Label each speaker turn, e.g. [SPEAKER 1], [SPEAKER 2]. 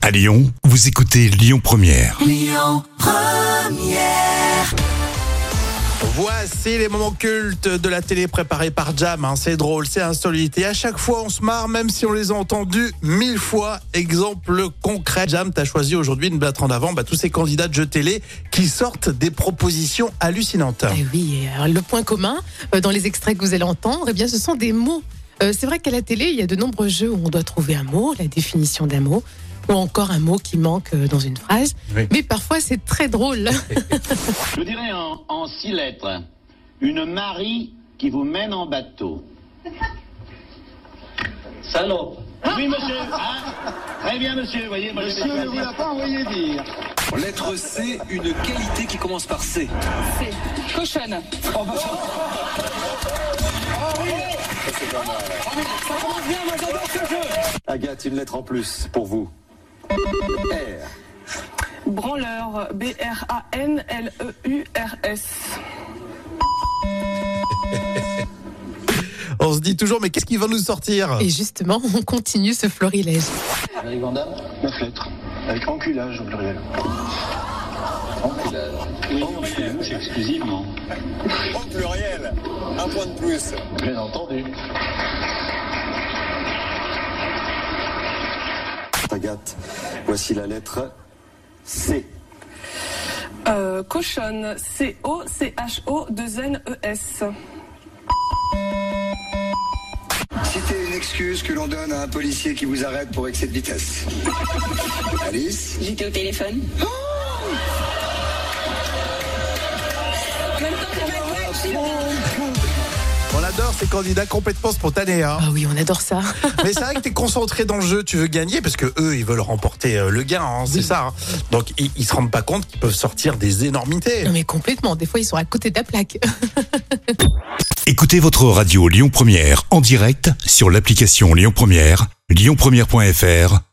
[SPEAKER 1] À Lyon, vous écoutez Lyon Première.
[SPEAKER 2] Voici les moments cultes de la télé préparés par Jam. hein. C'est drôle, c'est insolite. Et à chaque fois, on se marre, même si on les a entendus mille fois. Exemple concret. Jam, t'as choisi aujourd'hui de battre en avant bah, tous ces candidats de jeux télé qui sortent des propositions hallucinantes.
[SPEAKER 3] Eh oui, et alors, le point commun euh, dans les extraits que vous allez entendre, eh bien, ce sont des mots. Euh, c'est vrai qu'à la télé, il y a de nombreux jeux où on doit trouver un mot, la définition d'un mot, ou encore un mot qui manque euh, dans une phrase.
[SPEAKER 2] Oui.
[SPEAKER 3] Mais parfois, c'est très drôle.
[SPEAKER 4] Je dirais en, en six lettres. Une Marie qui vous mène en bateau. Salope. Oui, monsieur. hein Très bien, monsieur. Voyez, moi, monsieur ne vous l'a pas envoyé dire.
[SPEAKER 5] Lettre C, une qualité qui commence par C.
[SPEAKER 6] Cochonne.
[SPEAKER 5] Agathe, une lettre en plus pour vous. R.
[SPEAKER 6] Branleur. E B-R-A-N-L-E-U-R-S.
[SPEAKER 2] On se dit toujours, mais qu'est-ce qui va nous sortir
[SPEAKER 3] Et justement, on continue ce florilège.
[SPEAKER 4] Avec Vandame
[SPEAKER 7] Neuf lettres. Avec enculage au pluriel.
[SPEAKER 4] Enculage. Oui, enculage, exclusivement.
[SPEAKER 8] Au pluriel, un point de plus.
[SPEAKER 4] Bien entendu.
[SPEAKER 5] Agathe, voici la lettre C.
[SPEAKER 6] Euh, cochonne. E C-O-C-H-O-2-N-E-S.
[SPEAKER 8] Citez une excuse que l'on donne à un policier qui vous arrête pour excès de vitesse. Alice
[SPEAKER 9] J'étais au téléphone. en même temps, t'as pas de blague, j'ai-
[SPEAKER 2] On adore ces candidats complètement spontanés. hein.
[SPEAKER 3] Ah oui, on adore ça.
[SPEAKER 2] Mais c'est vrai que t'es concentré dans le jeu, tu veux gagner parce que eux, ils veulent remporter euh, le gain, hein, c'est ça. hein. Donc ils, ils se rendent pas compte qu'ils peuvent sortir des énormités.
[SPEAKER 3] Non mais complètement, des fois, ils sont à côté de la plaque.
[SPEAKER 1] Écoutez votre radio Lyon Première en direct sur l'application Lyon Première, lyonpremière.fr